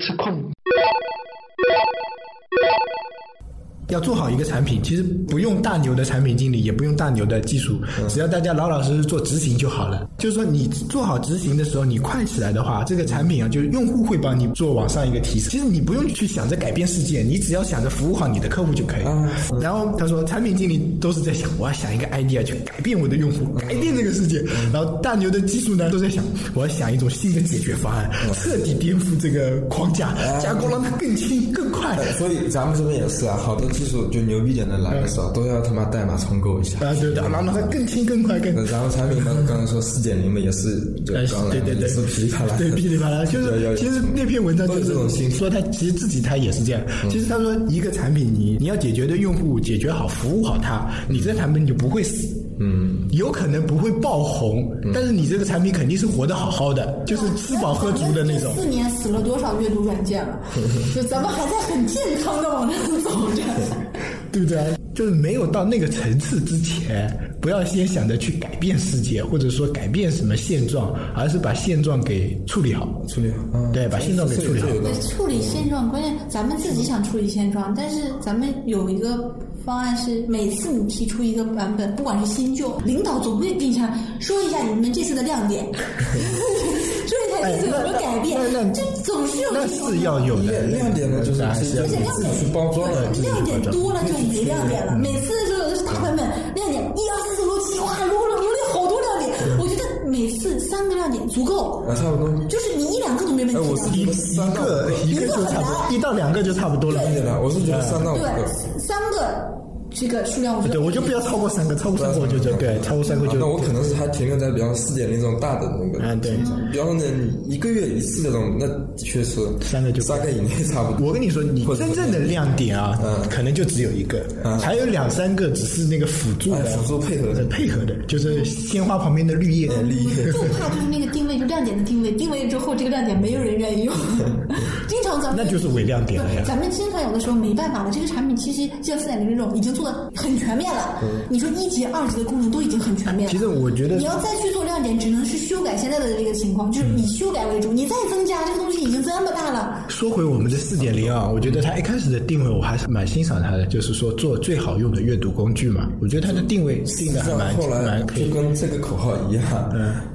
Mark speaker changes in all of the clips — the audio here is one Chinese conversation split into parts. Speaker 1: 失控。
Speaker 2: 要做好一个产品，其实不用大牛的产品经理，也不用大牛的技术，只要大家老老实实做执行就好了。就是说，你做好执行的时候，你快起来的话，这个产品啊，就是用户会帮你做往上一个提升。其实你不用去想着改变世界，你只要想着服务好你的客户就可以。然后他说，产品经理都是在想，我要想一个 idea 去改变我的用户，改变这个世界。然后大牛的技术呢，都在想，我要想一种新的解决方案，彻底颠覆这个框架，加工让它更轻更快。
Speaker 3: 呃所以咱们这边也是啊，好多技术就牛逼点的来的时
Speaker 2: 嗯
Speaker 3: 候，都要他妈代码重构一下。
Speaker 2: 啊， 对的，然后让它更轻更快更
Speaker 3: 那咱们产品嘛，刚才说四点零嘛，也是就
Speaker 2: 哎
Speaker 3: 刚，来
Speaker 2: 对对
Speaker 3: 也
Speaker 2: 对，
Speaker 3: 是噼里啪啦，
Speaker 2: 对噼里啪啦，就
Speaker 3: 要要
Speaker 2: 是其实那篇文章就
Speaker 3: 都有这种心嗯
Speaker 2: 是说他其实自己他也是这样，其实他说一个产品你你要解决的用户解决好服务好它，你这产品就不会死。嗯，有可能不会爆红，
Speaker 3: 嗯
Speaker 2: 但是你这个产品肯定是活得好好的，就是吃饱喝足的那种。
Speaker 4: 四年死了多少阅读软件了？就咱们还在很健康的往上走着。
Speaker 2: 对不对？就是没有到那个层次之前，不要先想着去改变世界，或者说改变什么现状，而是把现状给处理好。
Speaker 3: 处理好。嗯
Speaker 2: 对把信道给处理好
Speaker 3: 这有道理
Speaker 4: 处理现状，关键咱们自己想处理现状，但是咱们有一个方案是，每次你提出一个版本，不管是新旧，领导总会定下说一下你们这次的亮 点，说一下这次有什么改变
Speaker 2: 哎那那，
Speaker 4: 这总是有
Speaker 2: 那
Speaker 4: 这种
Speaker 2: 是要有的
Speaker 3: 亮亮点呢，就是
Speaker 2: 还嗯是要
Speaker 3: 自己自己去包装的，自己去
Speaker 4: 亮点
Speaker 3: 包装
Speaker 4: 多了就没亮点
Speaker 2: 嗯
Speaker 4: 了。每次都有的是大版本，亮点一二三四五六七，哇，罗了罗列好多亮点，我觉得每次三个亮点足够，
Speaker 3: 啊，差不多。
Speaker 4: 就是你一两个都没问
Speaker 3: 哎我是
Speaker 4: 题
Speaker 2: 一
Speaker 4: 的。
Speaker 2: 一个一个就差不多，一到两个就差不多了。
Speaker 3: 亮点呢，我是觉得三到五个。
Speaker 2: 嗯
Speaker 4: 对，三个这个数量，我觉得
Speaker 2: 对，我就不要超过三个，超过三个我就就对，超过三个
Speaker 3: 啊
Speaker 2: 就
Speaker 3: 那我可能是还停留在比方四点零这种大的那个，
Speaker 2: 嗯对。
Speaker 3: 比方说你一个月一次这种，那的确是
Speaker 2: 三个就
Speaker 3: 三个以内差不多。
Speaker 2: 我跟你说，你
Speaker 3: 或者
Speaker 2: 真正的亮点啊
Speaker 3: 嗯，
Speaker 2: 可能就只有一个，还有两三个只是那个辅助的
Speaker 3: 哎，辅助配合的嗯
Speaker 2: 配合的，就是鲜花旁边的绿叶。
Speaker 3: 利益
Speaker 4: 就怕就是那个定位，就亮点的定位，定位之后这个亮点没有人愿 意用，经常咱们
Speaker 2: 那就是伪亮点了呀
Speaker 4: 对咱们经常有的时候没办法了，这个产品其实像四点零这种已经做的很全面了，你说一级、二级的功能都已经很全面了。
Speaker 2: 嗯其实我觉得
Speaker 4: 你要再去做亮点，只能是修改现在的这个情况，就是
Speaker 2: 嗯
Speaker 4: 以修改为主，你再增加这个东西已经这么大了，
Speaker 2: 说回我们的四点零啊，我觉得它一开始的定位我还是蛮欣赏它的，就是说做最好用的阅读工具嘛。我觉得它的定位定的还
Speaker 3: 像
Speaker 2: 蛮
Speaker 3: 啊后来
Speaker 2: 蛮可
Speaker 3: 就
Speaker 2: 以的，
Speaker 3: 跟这个口号一样，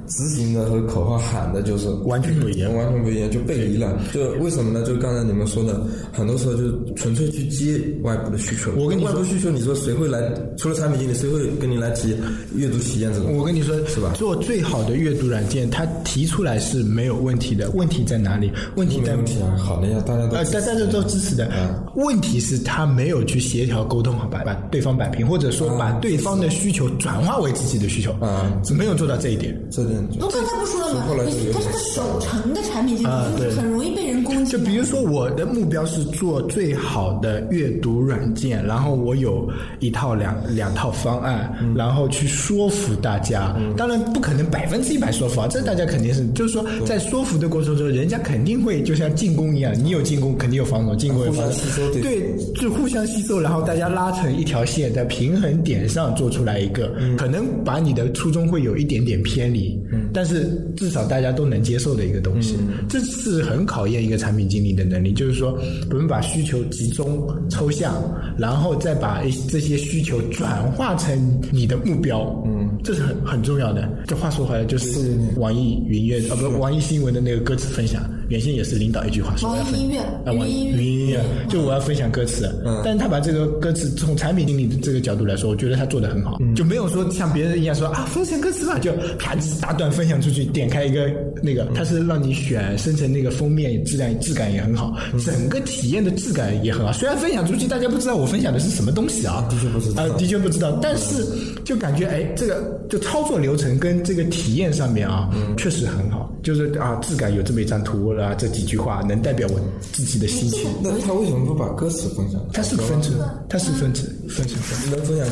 Speaker 3: 执行的和口号喊的就是
Speaker 2: 完全不一样。
Speaker 3: 完全不一样，就背离了。就为什么呢？就刚才你们说的，很多时候就是纯粹去接外部的需求。
Speaker 2: 我跟你说
Speaker 3: 外部需求，你说谁会来？除了产品经理，谁会跟你来提阅读体验这种？
Speaker 2: 我跟你说，
Speaker 3: 是吧
Speaker 2: 做最好的阅读软件，它提出来是没有问题的。问题在哪里？问题
Speaker 3: 没
Speaker 2: 在
Speaker 3: 问题嗯啊，好的呀，大家都
Speaker 2: 呃，大大家都支持的。问题是他没有去协调沟通好，把把对方摆平，或者说把对方的需求转化为自己的需求，
Speaker 3: 嗯
Speaker 2: 是没有做到这一点。
Speaker 3: 这点就
Speaker 4: 我刚才不说了吗
Speaker 3: 后来？就
Speaker 4: 就是
Speaker 3: 有
Speaker 4: 它是个守成的产品经
Speaker 2: 啊
Speaker 4: 理，就
Speaker 2: 对
Speaker 4: 是很容易被人攻击
Speaker 2: 就
Speaker 4: 的。
Speaker 2: 比如说，我的目标是做最好的阅读软件，然后我有一套两两套方案，然后去说服大家。当然不可能百分之一百说服啊，这大家肯定是，就是说在说服的过程中，人家肯定会就像进攻一样，你有进攻，肯定有防守，进攻有
Speaker 3: 互
Speaker 2: 防
Speaker 3: 相
Speaker 2: 守，
Speaker 3: 吸收对
Speaker 2: 对，就互相吸收，然后大家拉成一条线，在平衡点上做出来一个，可能把你的初衷会有一点点偏离，但是至少大家都能接受的一个东西，这是很考验一个产品经理的能力，就是说我们把需求集中抽象，然后再把一这些需求转化成你的目标，嗯，这是很很重要的。这话说回来，就是网易云乐啊，不，网易新闻的那个歌词分享，原先也是领导一句话说我要分
Speaker 4: 网易音乐
Speaker 2: 啊，网易云音乐，就我要分享歌词，
Speaker 3: 嗯
Speaker 2: 但是他把这个歌词从产品经理这个角度来说，我觉得他做的很
Speaker 3: 嗯
Speaker 2: 好，就没有说像别人一样说啊分享歌词吧，就啪叽大段分享出去，点开一个那
Speaker 3: 嗯
Speaker 2: 个，他是让你选生成那个封面质量质感也很好，
Speaker 3: 嗯
Speaker 2: 整个体验的质感也很好。虽然分享出去，大家不知道我分享的是什么东西啊，
Speaker 3: 的确不知道嗯
Speaker 2: 啊，的确不知道，但是就感觉哎，这个就操作流程跟这个体验上面啊，
Speaker 3: 嗯
Speaker 2: 确实很好，就是啊质感有这么一张图啊，这几句话能代表我自己的心情。
Speaker 3: 那他为什么不把歌词分享？
Speaker 2: 它是分成，它是分成，分成分。
Speaker 3: 能分享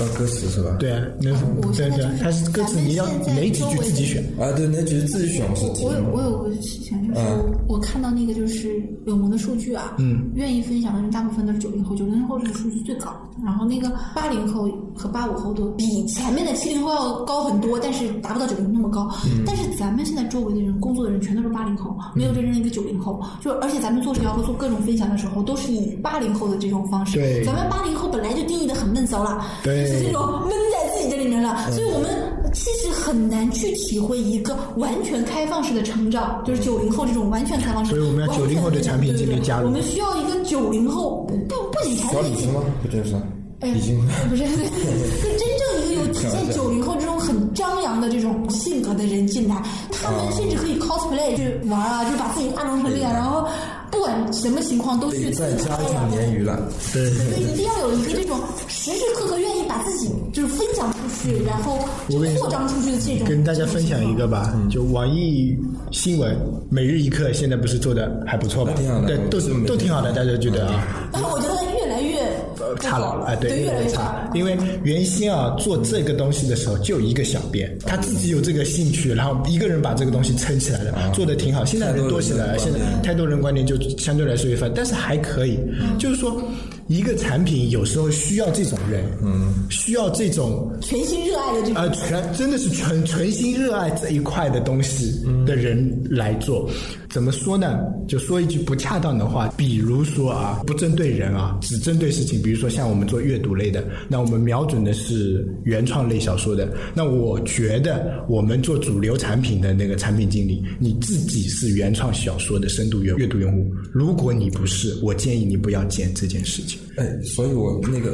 Speaker 3: 到歌词是吧？
Speaker 2: 对啊，能
Speaker 4: 我
Speaker 2: 对
Speaker 4: 现
Speaker 2: 对
Speaker 4: 在就
Speaker 2: 啊，
Speaker 4: 是
Speaker 2: 它是歌词，
Speaker 4: 咱们
Speaker 2: 你要
Speaker 4: 现在
Speaker 2: 哪几
Speaker 4: 周
Speaker 2: 句
Speaker 4: 围
Speaker 2: 自己选。
Speaker 3: 啊，对，那就是自己选，不是提
Speaker 4: 我
Speaker 3: 的
Speaker 4: 有
Speaker 3: 嘛
Speaker 4: 我有个想就是
Speaker 3: 嗯
Speaker 4: 我看到那个就是有盟的数据啊，愿意分享的人大部分都是九零后，九零后这个数据最高，然后那个八零后和八五后都比前面的七零需要高很多，但是达不到九零那么高。
Speaker 3: 嗯
Speaker 4: 但是咱们现在周围的人，工作的人全都是八零后，没有真正一个九零后。就而且咱们做社交和做各种分享的时候，都是以八零后的这种方式。
Speaker 2: 对
Speaker 4: 咱们八零后本来就定义的很闷骚了，
Speaker 2: 对
Speaker 4: 就是这种闷在自己这里面了，所以我们其实很难去体会一个完全开放式的成长，就是九零后这种完全开放式。
Speaker 2: 所以我们要
Speaker 4: 完全
Speaker 2: 90后的产品经理加入
Speaker 4: 对对对我们需要一个九零后，不不仅产
Speaker 3: 小
Speaker 4: 品
Speaker 3: 李
Speaker 4: 经
Speaker 3: 子
Speaker 4: 理
Speaker 3: 吗？不就是啊
Speaker 4: 哎呀
Speaker 3: 李菁。
Speaker 4: 不是，就真正一个有体现九零后这种很张扬的这种性格的人进来，他们甚至可
Speaker 2: 哦
Speaker 4: 以 cosplay 去玩啊，就把自己化妆成那样，然后不管什么情况都去
Speaker 3: 得再加一场鲶鱼了。
Speaker 2: 对。
Speaker 4: 对，一定要有一个这种时时刻刻愿意把自己就是分享出去，然后
Speaker 2: 我跟你说
Speaker 4: 扩张出去的这种。
Speaker 2: 跟大家分享一个吧，
Speaker 3: 嗯
Speaker 2: 就网易新闻每日一刻现在不是做的还不错吧
Speaker 3: 那挺好？的
Speaker 2: 对，都
Speaker 3: 我觉得
Speaker 2: 都挺好的，大家觉得啊，
Speaker 4: 这种情况，我觉得越来越
Speaker 2: 差了啊，
Speaker 4: 哎，对，
Speaker 2: 越
Speaker 4: 越
Speaker 2: 来
Speaker 4: 来
Speaker 2: 越
Speaker 4: 越
Speaker 2: 差。因为原先啊做这个东西的时候，就一个小编，他自己有这个兴趣，然后一个人把这个东西撑起来了，做的挺好。现在人啊多起来了，嗯现在太多人观点就相对来说一番，但是还可以。就是说，一个产品有时候需要这种人，嗯，需要这种
Speaker 4: 全心热爱的这种。
Speaker 2: 呃，全真的是全全心热爱这一块的东西的人来做，怎么说呢？就说一句不恰当的话，比如说啊，不针对人啊，只针对事情。比如说像我们做阅读类的，那我们瞄准的是原创类小说的。那我觉得我们做主流产品的那个产品经理，你自己是原创小说的深度阅阅读用户。如果你不是，我建议你不要捡这件事情。
Speaker 3: 哎，所以我那个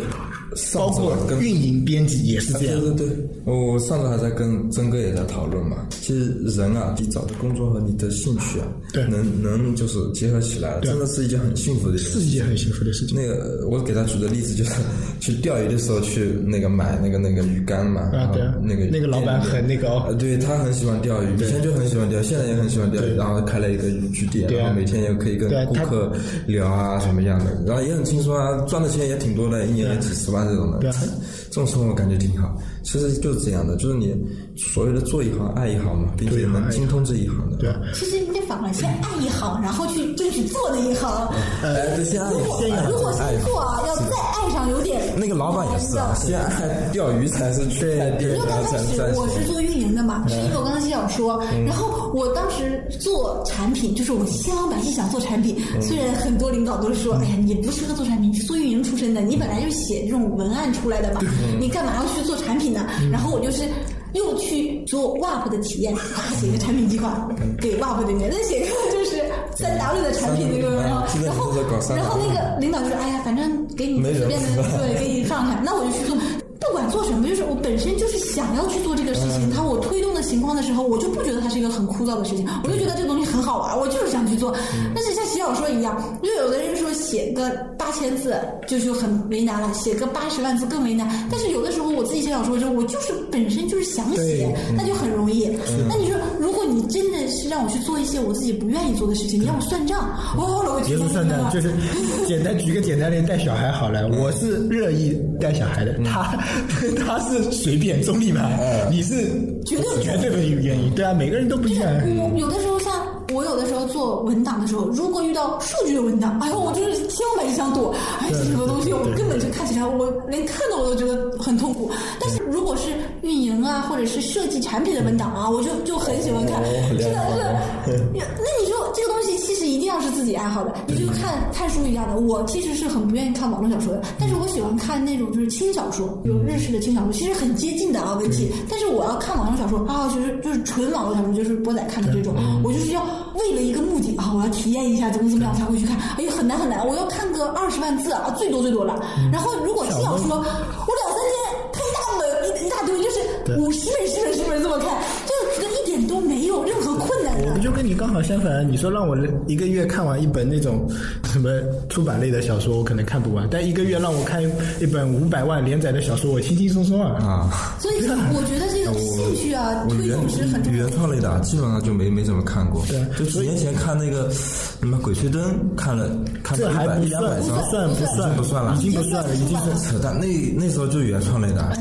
Speaker 2: 包
Speaker 3: 上周
Speaker 2: 括
Speaker 3: 跟啊
Speaker 2: 运营编辑也是这样。
Speaker 3: 对对对，我我上周还在跟曾哥也在讨论嘛。其实人啊，你找的工作和你的兴趣啊，
Speaker 2: 对
Speaker 3: 能能就是结合起来，真的是一件很幸福的一件
Speaker 2: 是
Speaker 3: 事。
Speaker 2: 一件很幸福的事情。
Speaker 3: 那个我给他举的例子就是，去钓鱼的时候去那个买那个那个鱼竿嘛，然
Speaker 2: 啊，
Speaker 3: 后
Speaker 2: 对啊，
Speaker 3: 那个
Speaker 2: 那个老板很那个
Speaker 3: 啊，
Speaker 2: 哦，
Speaker 3: 对他很喜欢钓鱼，以前就很喜欢钓，现在也很喜欢钓鱼，然后开了一个渔具店，
Speaker 2: 对啊
Speaker 3: 然后每天也可以跟
Speaker 2: 对啊
Speaker 3: 顾
Speaker 2: 他
Speaker 3: 客聊啊什么样的，然后也很轻松啊，赚的钱也挺多的，一年也几十万这种的，
Speaker 2: 对啊
Speaker 3: 这种生活感觉挺好。其实就是这样的，就是你所谓的做一行爱一行嘛，并且能精通这一行的，
Speaker 2: 对啊，
Speaker 4: 其实你得反过来，先爱一行，然后去争取做那一行。
Speaker 3: 哎，对，先爱一
Speaker 4: 如果
Speaker 3: 行，
Speaker 4: 如果
Speaker 3: 爱一
Speaker 4: 先
Speaker 3: 行。
Speaker 4: 做啊，要再爱上有点。
Speaker 3: 那个老板也是啊，先爱钓鱼才是去爱钓鱼
Speaker 4: 因为
Speaker 3: 然
Speaker 4: 刚
Speaker 3: 后才
Speaker 4: 开始
Speaker 3: 才
Speaker 4: 我是做运营的
Speaker 3: 嗯
Speaker 4: 嘛，是因为我刚刚想说，然后我当时做产品，就是我千方百计想做产品，
Speaker 3: 嗯
Speaker 4: 虽然很多领导都说，哎呀，你不适合做产品，你是做运营出身的，你本来就是写这种文案出来的嘛，
Speaker 3: 嗯
Speaker 4: 你干嘛要去做产品呢？然后我就是。又去做 WAP 的体验，啊，写一个产品计划
Speaker 3: 嗯
Speaker 4: 给 WAP 的人，再写一个就是三 W 的产品那个，然
Speaker 3: 嗯
Speaker 4: 后然后然后那个领导就说，哎呀，反正给你
Speaker 3: 没人
Speaker 4: 随便
Speaker 3: 是
Speaker 4: 的
Speaker 3: 吧
Speaker 4: 对，给你放下，那我就去做。不管做什么，就是我本身就是想要去做这个事
Speaker 2: 嗯
Speaker 4: 情。它我推动的情况的时候，我就不觉得它是一个很枯燥的事情，我就觉得这个东西很好玩，我就是想去做。
Speaker 2: 嗯
Speaker 4: 但是像写小说一样，就有的人说写个八千字就就很为难了，写个八十万字更为难。但是有的时候我自己写小说的时候，我就是本身就是想写
Speaker 2: 对，嗯
Speaker 4: 那就很容易。那你说，如果你真的是让我去做一些我自己不愿意做的事情，你让我算账，哦，我
Speaker 2: 别
Speaker 4: 觉
Speaker 2: 说
Speaker 4: 得
Speaker 2: 算账，就是简单举个简单例，带小孩好了，我是热意带小孩的，他 他是随便中立派，你是
Speaker 4: 绝对不
Speaker 2: 绝对不愿意，对啊，每个人都不一样。
Speaker 4: 我嗯有的时候像我有的时候做文档的时候，如果遇到数据的文档，哎呦，我就是千万百想躲，哎，什么东西我根本就看起来，我连看到我都觉得很痛苦。但是如果是运营啊，或者是设计产品的文档啊，我就就很喜欢看，真的 是。那你说这个东西其实一定要是自己爱好的，你就看看书一样的。我其实是很不愿意看网络小说的，但是我喜欢看那种就是轻小说，有日式的轻小说，其实很接近的啊文体。但是我要看网络小说啊，就是就是纯网络小说，就是波仔看的这种，我就是要为了一个目的啊，我要体验一下怎么怎么样才会去看。哎呀，很难很难，我要看个二十万字啊，最多最多了。然后如果轻小说，我两三天看一大本一一大堆，就是五十本、十本、十本这么看，就觉得一点都没有任何困难
Speaker 2: 我
Speaker 4: 的
Speaker 2: 不。就跟你刚好相反，啊你说让我一个月看完一本那种什么出版类的小说，我可能看不完，但一个月让我看一本五百万连载的小说，我轻轻松松啊。
Speaker 3: 啊。
Speaker 4: 所以我觉得这个兴趣啊，
Speaker 3: 我
Speaker 4: 推
Speaker 3: 原
Speaker 4: 动是很重要
Speaker 3: 原
Speaker 4: 的。
Speaker 3: 创类的啊基本上就没没怎么看过，
Speaker 2: 对啊
Speaker 3: 就几年前看那个什么《鬼吹灯》，看了看
Speaker 2: 这
Speaker 3: 了
Speaker 2: 还
Speaker 3: 一百
Speaker 2: 不
Speaker 3: 一两
Speaker 2: 算，不
Speaker 3: 百
Speaker 2: 算，不
Speaker 3: 章，已经
Speaker 2: 算，
Speaker 3: 不算了，
Speaker 2: 已经不算了，已经是
Speaker 4: 嗯
Speaker 3: 扯淡。那那时候就原创类的啊，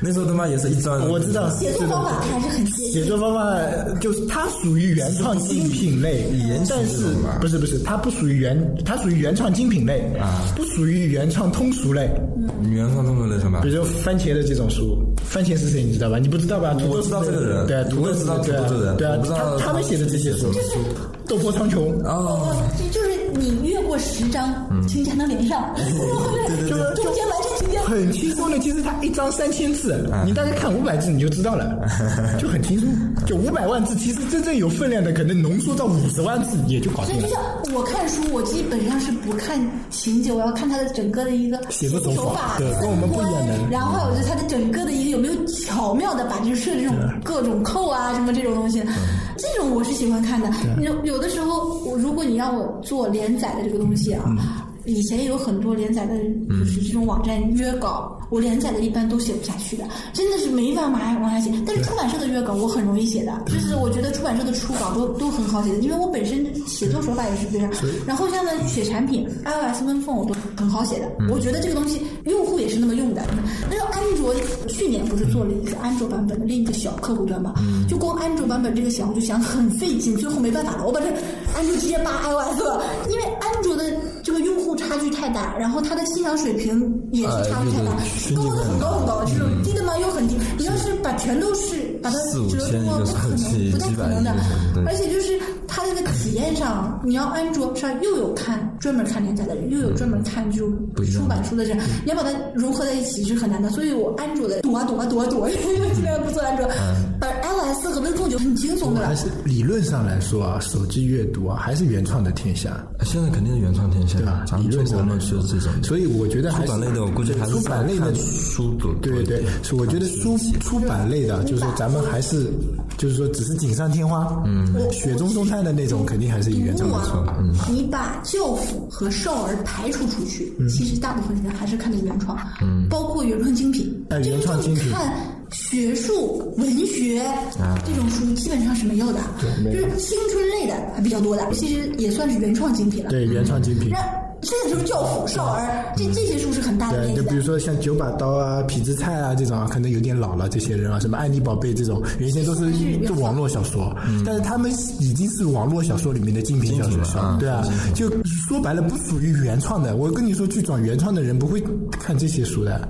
Speaker 3: 那时候他妈也是一招，
Speaker 2: 我知道
Speaker 4: 写作方法还是很接
Speaker 2: 写
Speaker 4: 近。
Speaker 2: 作方法就是它属于原创精品类
Speaker 3: 言，情
Speaker 2: 但是
Speaker 3: 这种吧
Speaker 2: 不是不是，它不属于原，它属于原创精品类，
Speaker 3: 啊
Speaker 2: 不属于原创通俗类。
Speaker 3: 原创动作类什么
Speaker 2: 比？如说番茄的这种书，番茄是谁你知道吧？你不知道吧？土豆
Speaker 3: 我知道这个人
Speaker 2: 对啊，土
Speaker 3: 我
Speaker 2: 豆
Speaker 3: 也知道
Speaker 2: 对啊
Speaker 3: 土豆这个人
Speaker 2: 对啊
Speaker 3: 我不知，道
Speaker 2: 他他们写的这些书
Speaker 3: 这，
Speaker 2: 斗破苍穹。
Speaker 3: 哦，
Speaker 4: 就就是你越过十章，情节还能连上，嗯对
Speaker 2: 对对
Speaker 4: 中间完成情节。
Speaker 2: 很轻松的，其实它一张三千字，
Speaker 3: 啊
Speaker 2: 你大概看五百字你就知道了，就很轻松。就五百万字，其实真正有分量的，可能浓缩到五十万字也就搞
Speaker 4: 所
Speaker 2: 定
Speaker 4: 以就
Speaker 2: 了。
Speaker 4: 像我看书，我基本上是不看情节，我要看他的整个的一个
Speaker 2: 写作手
Speaker 4: 手
Speaker 2: 法对跟我们不一样的
Speaker 4: 然后还有就是他的整个的一个有没有巧妙的把这设这种各种扣啊什么这种东西，
Speaker 2: 嗯
Speaker 4: 这种我是喜欢看的。有有的时候，我如果你让我做连载的这个东西啊。
Speaker 2: 嗯
Speaker 4: 以前有很多连载的，就是这种网站约稿，我连载的一般都写不下去的，真的是没办法往下写。但是出版社的约稿我很容易写的，就是我觉得出版社的初稿都都很好写的，因为我本身写作手法也是非常。然后像那写产品，iOS 跟 Phone 我都很好写的，
Speaker 3: 嗯
Speaker 4: 我觉得这个东西用户也是那么用的。那安卓去年不是做了一个安卓版本的另一个小客户端嘛？
Speaker 3: 嗯
Speaker 4: 就光安卓版本这个想，我就想很费劲，最后没办法了，我把这安卓直接扒 iOS 了，因为安卓的这个用户差距太大，然后它的欣赏水平也是差距太大
Speaker 3: 哎对，对
Speaker 4: 高的很高很高，就是低的嘛又很低。你要是把全都是把它
Speaker 3: 嗯四五
Speaker 4: 折
Speaker 3: 千一
Speaker 4: 光，
Speaker 3: 个
Speaker 4: 不可
Speaker 3: 手
Speaker 4: 能，
Speaker 3: 机
Speaker 4: 不太
Speaker 3: 几百
Speaker 4: 可能的
Speaker 3: 一个对。
Speaker 4: 而且就是它这个体验上，你要安卓上又有看专门看连载的人，又有专门看这种出版书的人，你要把它融合在一起是很难的。所以我安卓的躲啊躲啊躲啊躲啊， 因为尽量不做安卓，把 iOS 和 Win 就很轻松的了
Speaker 2: 还。是理论上来说啊，手机阅读啊还是原创的天下，啊
Speaker 3: 现在肯定是原创天下
Speaker 2: 对吧，
Speaker 3: 咱们
Speaker 2: 理
Speaker 3: 中
Speaker 2: 论
Speaker 3: 国
Speaker 2: 上
Speaker 3: 嘛就是这种。
Speaker 2: 所以我觉得还
Speaker 3: 出
Speaker 2: 是
Speaker 3: 版类的，我估计还是
Speaker 2: 出版类的
Speaker 3: 看书读
Speaker 2: 对对对，是我觉得出出版类的，就是咱们还是就是说只是锦上添花，嗯
Speaker 4: 我
Speaker 2: 雪中送炭的那种肯定还是以原
Speaker 4: 读
Speaker 2: 创
Speaker 4: 物
Speaker 2: 为主。嗯
Speaker 4: 啊，你把教辅和少儿排除出去，
Speaker 2: 嗯
Speaker 4: 其实大部分人还是看的原创，包括原创精品。
Speaker 2: 哎
Speaker 4: 这个
Speaker 2: 原创精品啊
Speaker 4: 你看学术、文学这种书基本上是没有的，就是青春类的还比较多的，其实也算是原创精品了。
Speaker 2: 对原创精品
Speaker 4: 那，剩下就是教辅、少儿这这些书是很大的
Speaker 2: 对，
Speaker 4: 面积
Speaker 2: 就
Speaker 4: 的
Speaker 2: 比如。说像九把刀啊、痞子蔡啊这种啊，可能有点老了。这些人啊，什么爱丽宝贝这种，原先都是做网络小说，但是他们已经是网络小说里面的精品小
Speaker 3: 精品
Speaker 2: 说
Speaker 3: 了啊
Speaker 2: 对啊，就说白了不属于原创的。我跟你说，去找原创的人不会看这些书的，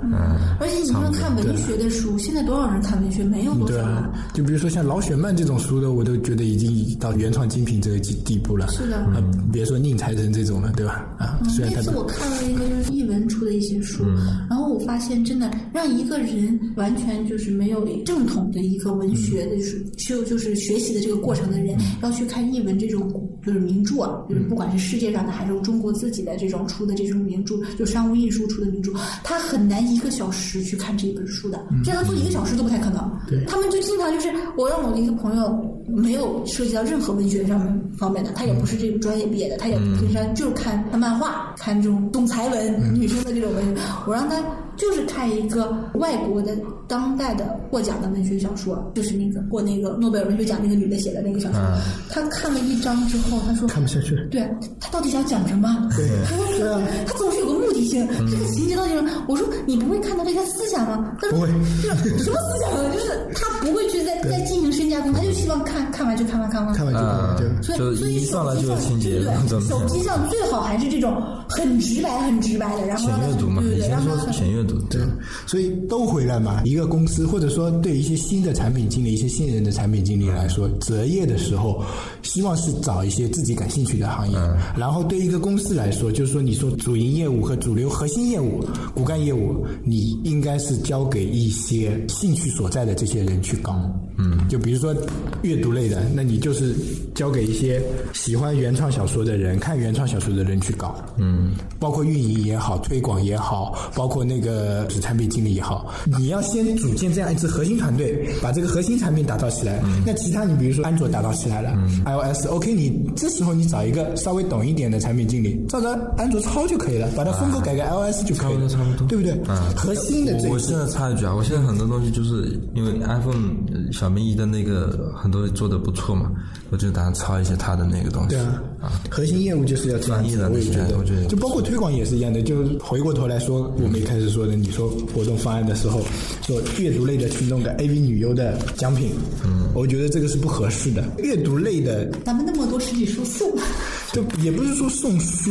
Speaker 4: 而且你说看文学的书，现在多少人看文学？没有多少
Speaker 2: 对啊
Speaker 4: 了。。
Speaker 2: 就比如说像老雪漫这种书的，我都觉得已经到原创精品这个地地步了。
Speaker 4: 是的嗯
Speaker 2: 啊，别说宁财神这种了，对吧？啊，虽然
Speaker 4: 那
Speaker 2: 他嗯
Speaker 4: 次我看了一个就是译文出的一些书，然后我发现真的让一个人完全就是没有正统的一个文
Speaker 2: 嗯
Speaker 4: 学的是就就是学习的这个过程的人，要去看译文这种就是名著啊，就是
Speaker 2: 嗯
Speaker 4: 不管是世界上的还是中国自己的这种出的这种名著，就商务印书出的名著，他很难一个小时去看这一本书的，
Speaker 2: 嗯
Speaker 4: 这样做一个小时都不太可能。他们就经常就是我让我的一个朋友没有涉及到任何文学上面方面的，他也不是这个专业毕业的，他也
Speaker 2: 嗯
Speaker 4: 平常就是看漫画、看这种懂才文、
Speaker 2: 嗯
Speaker 4: 女生的这种文学。我让他就是看一个外国的当代的获奖的文学小说，就是那个获那个诺贝尔文学奖那个女的写的那个小说。他看了一章之后，他说
Speaker 2: 嗯看不下去。
Speaker 4: 对他到底想讲什么？对，他总是有个目的性。这个情节到底是什么？我说你不会看到这些思想吗？他说
Speaker 2: 不会
Speaker 4: 就是什么思想啊？就是他不会去再再进行深加工，他就希望看看完就看完看完。
Speaker 2: 看完就
Speaker 3: 啊
Speaker 2: 就
Speaker 4: 所以
Speaker 3: 就
Speaker 4: 所
Speaker 3: 一
Speaker 4: 以手
Speaker 3: 上来就
Speaker 4: 机
Speaker 3: 有情节，
Speaker 4: 对
Speaker 3: 怎么
Speaker 4: 手机上最好还是这种很直白、很直白的，然后
Speaker 3: 浅
Speaker 4: 让他
Speaker 3: 阅读嘛？
Speaker 4: 对
Speaker 3: 以
Speaker 4: 对，
Speaker 3: 前
Speaker 4: 让他
Speaker 3: 说是
Speaker 4: 很
Speaker 3: 浅阅读，对，
Speaker 2: 所以都回来嘛。一个公司或者说对一些新的产品经理、一些新人的产品经理来说，择业的时候，希望是找一些自己感兴趣的行业。然后对一个公司来说，就是说你说主营业务和主流核心业务、骨干业务，你应该是交给一些兴趣所在的这些人去搞。嗯，就比如说阅读类的，那你就是交给一些喜欢原创小说的人、看原创小说的人去搞。嗯，包括运营也好，推广也好，包括那个产品经理也好，你要先组建这样一支核心团队，把这个核心产品打造起来。那其他你比如说安卓打造起来了、i o s OK，你这时候你找一个稍微懂一点的产品经理，照着安卓抄就可以了，把它风格改改 iOS 就可以了，
Speaker 3: 差不多差不多
Speaker 2: 对不对？核心的这
Speaker 3: 啊我
Speaker 2: 一
Speaker 3: 我
Speaker 2: 支
Speaker 3: 现在插一句啊，我现在很多东西就是因为 iPhone 呃小蜜一的那个很多做的不错嘛，我就打算抄一些它的那个东西。
Speaker 2: 对啊，核心业务就是要这样
Speaker 3: 专业
Speaker 2: 子
Speaker 3: 的，
Speaker 2: 我也
Speaker 3: 那些
Speaker 2: 觉
Speaker 3: 我觉
Speaker 2: 得，
Speaker 3: 得
Speaker 2: 就就包括推广也是一样的。就是回过头来说，我们一开始说的，你说活动方案的时候，说阅读类的去弄个 AV 女优的奖品，嗯，我觉得这个是不合适的。阅读类的
Speaker 4: 咱们那么多实体书送，
Speaker 2: 就也不是说送书，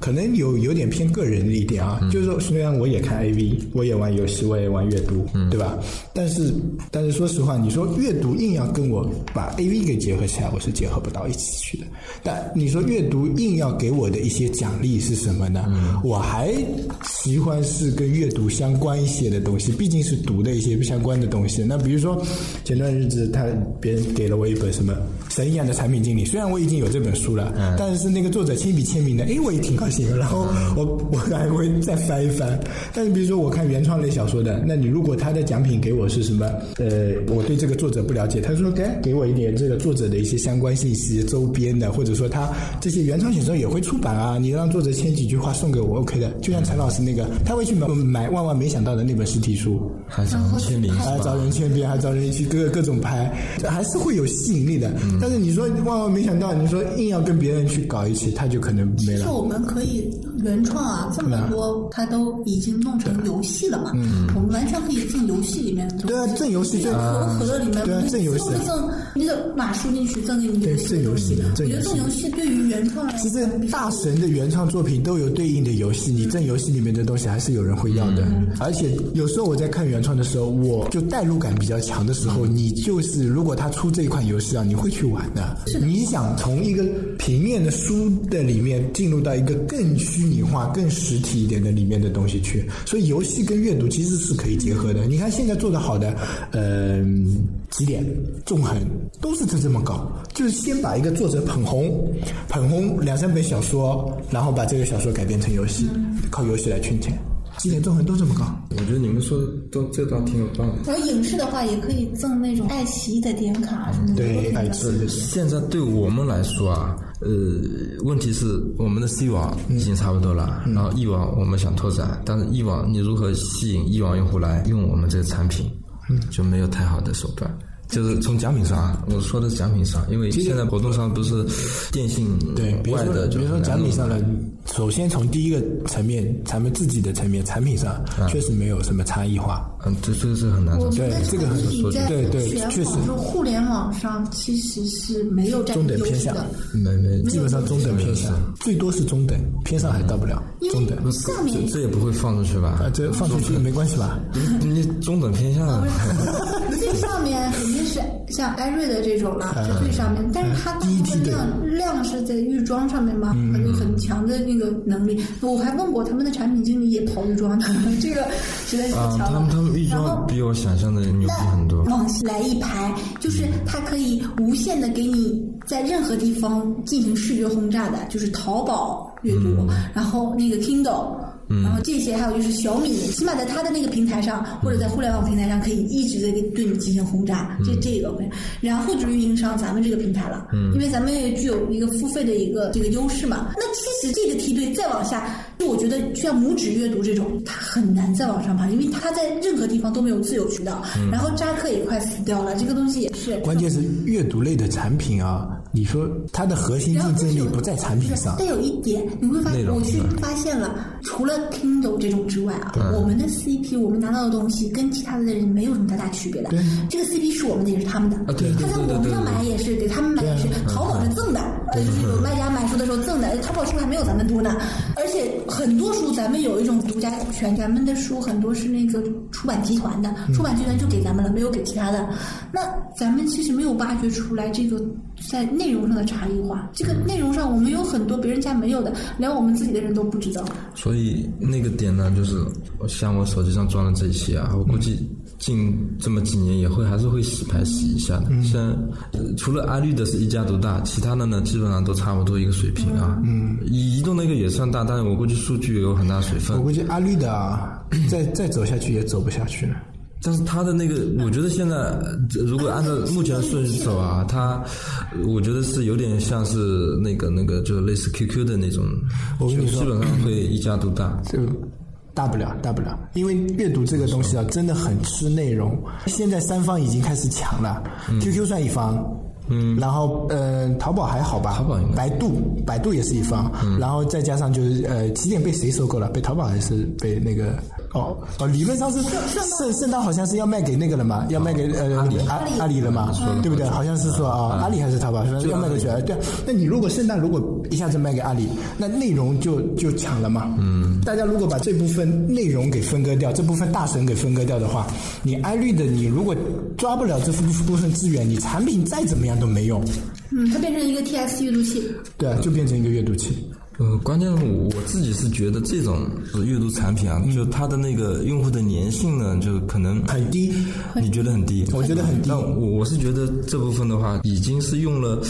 Speaker 2: 可能有有点偏个人的一点啊。就是说，虽然我也看 AV，我也玩游戏，我也玩阅读，对吧？但是但是说实话，你说阅读硬要跟我把 AV 给结合起来，我是结合不到一起去的。但你说阅读硬要给我的一些奖励是什么呢？我还喜欢是跟阅读相关一些的东西，毕竟是读的一些相关的东西。那比如说前段日子他别人给了我一本什么神一样的产品经理，虽然我已经有这本书了，但是那个作者亲笔签名的，哎诶，我也挺高兴的。然后我 我还会再翻一翻。但是比如说我看原创类小说的，那你如果他的奖品给我是什么，呃，我对这个作者不了解，他说给给我一点这个作者的一些相关信息、周边的，或者说他这些原创小说也会出版啊，你让作者签几句话送给我，OK 的。就像陈老师那个，他会去买买万万没想到的那本实体书，
Speaker 3: 还想签名
Speaker 2: 嗯还
Speaker 3: 是
Speaker 2: 找
Speaker 3: 吧？
Speaker 2: 人签名，还找人去各各种拍，还是会有吸引力的。
Speaker 3: 嗯
Speaker 2: 但是你说万万没想到，你说硬要跟别人去搞一起，他就可能没
Speaker 4: 就
Speaker 2: 了。
Speaker 4: 我们可以原创啊，这么多它都已经弄成游戏了嘛，
Speaker 2: 嗯
Speaker 4: 我们完全可以赠游戏里面的东西。
Speaker 2: 对啊赠游戏
Speaker 4: 就可口可乐里面，
Speaker 2: 对啊
Speaker 4: 我们
Speaker 2: 赠游戏
Speaker 4: 所有的赠那个码输进去赠给你
Speaker 2: 对
Speaker 4: 游戏，
Speaker 2: 赠游戏的
Speaker 4: 我觉得
Speaker 2: 赠
Speaker 4: 赠
Speaker 2: 游
Speaker 4: 游戏对于原创来
Speaker 2: 其
Speaker 4: 说，
Speaker 2: 实大神的原创作品都有对应的游戏，你正游戏里面的东西还是有人会要的。
Speaker 3: 嗯
Speaker 2: 而且有时候我在看原创的时候，我就代入感比较强的时候，你就是如果他出这一款游戏啊，你会去玩的。你想从一个平面的书的里面进入到一个更虚拟化、更实体一点的里面的东西去，所以游戏跟阅读其实是可以结合的。你看现在做的好的，呃，起点、纵横都是这这么搞，就是先把一个作者捧红，捧红两三本小说，然后把这个小说改编成游戏，靠游戏来圈钱。起点、纵横都这么搞。
Speaker 3: 我觉得你们说的都这倒挺有道理。
Speaker 4: 然后影视的话也可以赠那种爱奇艺的点卡什么的，都可以
Speaker 2: 对，
Speaker 4: 的
Speaker 2: 爱奇艺的
Speaker 3: 现在对我们来说啊，呃，问题是我们的 C 网已经差不多了，然后 E 网我们想拓展，但是 E 网你如何吸引 E 网用户来用我们这个产品，就没有太好的手段。就是从奖品上啊，我说的是奖品上，因为现在活动上不是电信
Speaker 2: 对，别
Speaker 3: 外
Speaker 2: 说
Speaker 3: 的就
Speaker 2: 别
Speaker 3: 很
Speaker 2: 说
Speaker 3: 难
Speaker 2: 奖
Speaker 3: 弄
Speaker 2: 品上了，首先从第一个层面，咱们自己的层面，产品上确实没有什么差异化。
Speaker 3: 嗯，这这是很难
Speaker 4: 我
Speaker 3: 做。
Speaker 4: 们的
Speaker 2: 对这个很
Speaker 4: 产品在
Speaker 2: 对对确
Speaker 4: 全
Speaker 2: 实
Speaker 4: 网就互联网上其实是没有占
Speaker 2: 中
Speaker 4: 有
Speaker 2: 等
Speaker 4: 优
Speaker 2: 偏
Speaker 4: 势
Speaker 2: 下
Speaker 4: 的。
Speaker 3: 没没，
Speaker 2: 基本上中等偏下，最多是中等，偏上还到不了。
Speaker 4: 因
Speaker 2: 中等
Speaker 4: 为下面
Speaker 3: 这这也不会放出去吧？
Speaker 2: 啊，这放出去没关系吧？
Speaker 3: 你中等偏下，
Speaker 4: 最上面肯定是像艾瑞的这种了，
Speaker 3: 啊
Speaker 4: 是最上面，但是它大部分量量是在育庄上面嘛，
Speaker 3: 嗯
Speaker 4: 它就很强的那个能力。我还问过他们的产品经理也跑育庄的， 这个实在是
Speaker 3: 啊，
Speaker 4: 太强
Speaker 3: 他们他
Speaker 4: 了。
Speaker 3: 们预
Speaker 4: 然后
Speaker 3: 装比我想象的牛逼很多。
Speaker 4: 往来一排，就是它可以无限的给你在任何地方进行视觉轰炸的，就是淘宝阅读，然后那个 Kindle。然后这些，还有就是小米，起码在它的那个平台上，或者在互联网平台上，可以一直在给对你进行轰炸，这
Speaker 2: 嗯
Speaker 4: 这个会。然后就是运营商咱们这个平台了，因为咱们也具有一个付费的一个这个优势嘛。那其实这个梯队再往下，就我觉得像拇指阅读这种，它很难再往上爬，因为它在任何地方都没有自有渠道。然后扎克也快死掉了，这个东西也是。
Speaker 2: 嗯关键是阅读类的产品啊，你说它的核心
Speaker 4: 然后
Speaker 2: 竞
Speaker 4: 但
Speaker 2: 争
Speaker 4: 是
Speaker 2: 力
Speaker 4: 有
Speaker 2: 不在产品上
Speaker 4: 但，有一点你会发
Speaker 3: 内
Speaker 4: 现，
Speaker 3: 容
Speaker 4: 我去
Speaker 3: 是吧
Speaker 4: 发现了，除了 Kindle 这种之外啊，我们的 CP 我们拿到的东西跟其他的人没有什么太大区别的
Speaker 2: 对。
Speaker 4: 这个 CP 是我们的，也是他们的。
Speaker 3: 啊对对
Speaker 4: 他在
Speaker 3: 对对
Speaker 4: 我们
Speaker 3: 对
Speaker 4: 这
Speaker 3: 对啊
Speaker 4: 买也是，给他们买也是，淘宝是赠的，呃，就是有卖家买书的时候赠的，淘宝书还没有咱们多呢。而且很多书咱们有一种独家权，咱们的书很多是那个出版集团的，
Speaker 3: 嗯
Speaker 4: 出版集团就给咱们了，没有给其他的。那咱们其实没有挖掘出来这个在内容上的差异化，这个
Speaker 3: 嗯
Speaker 4: 内容上我们有很多别人家没有的，连我们自己的人都不知道。
Speaker 3: 所以那个点呢，就是我像我手机上装了这一些啊，我估计近这么几年也会还是会洗牌洗一下的。
Speaker 2: 嗯
Speaker 3: 现在呃除了阿绿的是一家独大，其他的呢基本上都差不多一个水平啊。嗯，移动那个也算大，但是我估计数据也有很大水分
Speaker 2: 我。估计阿绿的啊，再再走下去也走不下去了。
Speaker 3: 但是他的那个，我觉得现在呃如果按照目前的顺序走啊，他我觉得是有点像是那个那个，就是类似 QQ 的那种，
Speaker 2: 我跟你说
Speaker 3: 就基本上会一家独大。
Speaker 2: 这个大不了，大不了，因为阅读这个东西啊，真的很吃内容。现在三方已经开始抢了、q q 算一方，嗯，然后呃，淘宝还好吧？
Speaker 3: 淘宝应该
Speaker 2: 百度，百度也是一方，然后再加上就是呃，起点被谁收购了？被淘宝还是被那个？哦哦，理论上是盛盛大好像是要卖给那个了嘛，要卖给呃阿阿里了嘛，
Speaker 3: 嗯
Speaker 2: 对不对？好像是说啊，阿里还是淘宝，反正要卖给谁？对，啊那你如果盛大如果一下子卖给阿里，那内容就就抢了嘛。嗯，大家如果把这部分内容给分割掉，这部分大神给分割掉的话，你安利的你如果抓不了这部分资源，你产品再怎么样都没用。
Speaker 4: 嗯，它变成一个 TS 阅读器，
Speaker 2: 对，啊
Speaker 3: 嗯
Speaker 2: 就变成一个阅读器。
Speaker 3: 呃，关键是我我自己是觉得这种阅读产品啊，就它的那个用户的粘性呢，就可能
Speaker 2: 很低，
Speaker 3: 你觉得很低？
Speaker 2: 我觉得很低
Speaker 3: 但我我是觉得这部分的话，已经是用了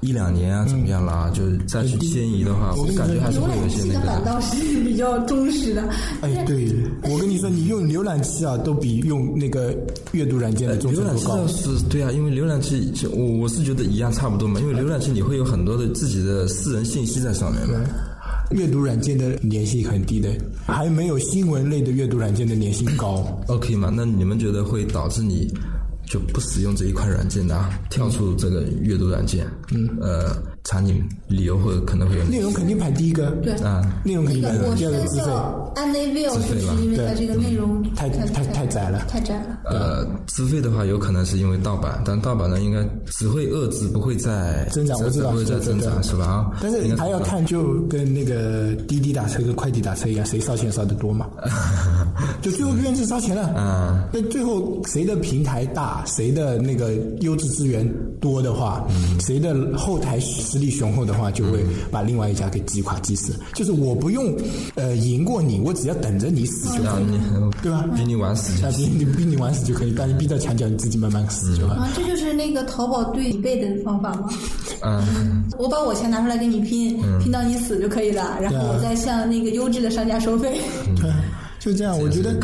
Speaker 3: 一两年啊，怎么样了啊？就是再去迁移的话，
Speaker 2: 嗯
Speaker 3: 我感觉还是
Speaker 4: 浏
Speaker 3: 会有
Speaker 4: 览
Speaker 3: 一些
Speaker 4: 器
Speaker 3: 那
Speaker 4: 的
Speaker 3: 个
Speaker 4: 反
Speaker 3: 的。
Speaker 4: 倒是比较忠实的。
Speaker 2: 哎，对，我跟你说，你用浏览器啊，都比用那个阅读软件的忠
Speaker 3: 呃浏
Speaker 2: 诚
Speaker 3: 览
Speaker 2: 度
Speaker 3: 器
Speaker 2: 高
Speaker 3: 倒。是对啊，因为浏览器，就我我是觉得一样差不多嘛，因为浏览器你会有很多的自己的私人信息在上面嘛。
Speaker 2: 阅读软件的粘性很低的，还没有新闻类的阅读软件的粘性高。
Speaker 3: OK 嘛？那你们觉得会导致你就不使用这一款软件的啊？跳出这个阅读软件，嗯，呃，产品理由会可能会有
Speaker 2: 内容肯定排第一个，
Speaker 4: 对，
Speaker 3: 啊，
Speaker 2: 内容肯
Speaker 4: 那
Speaker 2: 定排
Speaker 4: 个我
Speaker 2: 第
Speaker 4: 深
Speaker 2: 二个自费，
Speaker 4: 叫 a n n v i l
Speaker 3: 自
Speaker 4: 就
Speaker 3: 费吧
Speaker 4: 是因为它
Speaker 2: 对嗯
Speaker 4: 这个内容
Speaker 2: 太太太窄了。
Speaker 4: 太窄了。
Speaker 3: 呃，自费的话有可能是因为盗版，但盗版呢应该只会遏制，不会再
Speaker 2: 增长我知道
Speaker 3: 不会再
Speaker 2: 是的
Speaker 3: 增
Speaker 2: 对
Speaker 3: 长是吧？啊，
Speaker 2: 但是还要看，就跟那个滴滴打车跟快递打车一样，谁烧钱烧的多嘛？就最后变成烧钱了。
Speaker 3: 嗯，
Speaker 2: 那最后谁的平台大，谁的那个优质资源多的话，谁的后台实力雄厚的话，就会把另外一家给击垮击死。就是我不用呃赢过你，我只要等着你死就
Speaker 3: 啊，你
Speaker 2: 对吧
Speaker 3: 比你晚死就
Speaker 2: 那逼你逼你玩死就可以，把你逼到墙角，你自己慢慢死就完。
Speaker 4: 啊，这就是那个淘宝对李贝的方法吗？
Speaker 3: 嗯，
Speaker 4: 我把我钱拿出来跟你拼，拼到你死就可以了，然后
Speaker 2: 嗯对啊
Speaker 4: 我再向那个优质的商家收费。
Speaker 2: 对，就这样。我觉得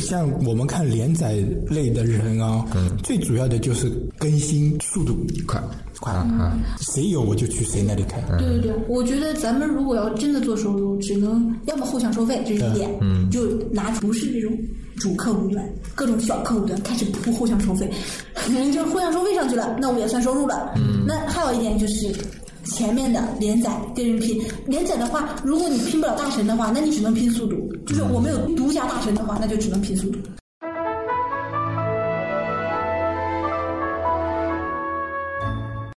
Speaker 2: 像我们看连载类的人啊、最主要的就是更新速度
Speaker 3: 快
Speaker 2: 快，
Speaker 3: 啊，
Speaker 2: 谁有我就去谁那里看。
Speaker 4: 对对对，我觉得咱们如果要真的做收入，只能要么后向收费，这是一点，嗯，就拿不是这种主客户端，各种小客户端开始铺后向收费， 就是后向收费上去了，那我也算收入了。嗯，那还有一点就是。前面的连载跟人拼，连载的话，如果你拼不了大神的话，那你只能拼速度。就是我们有独家大神的话，那就只能拼速度。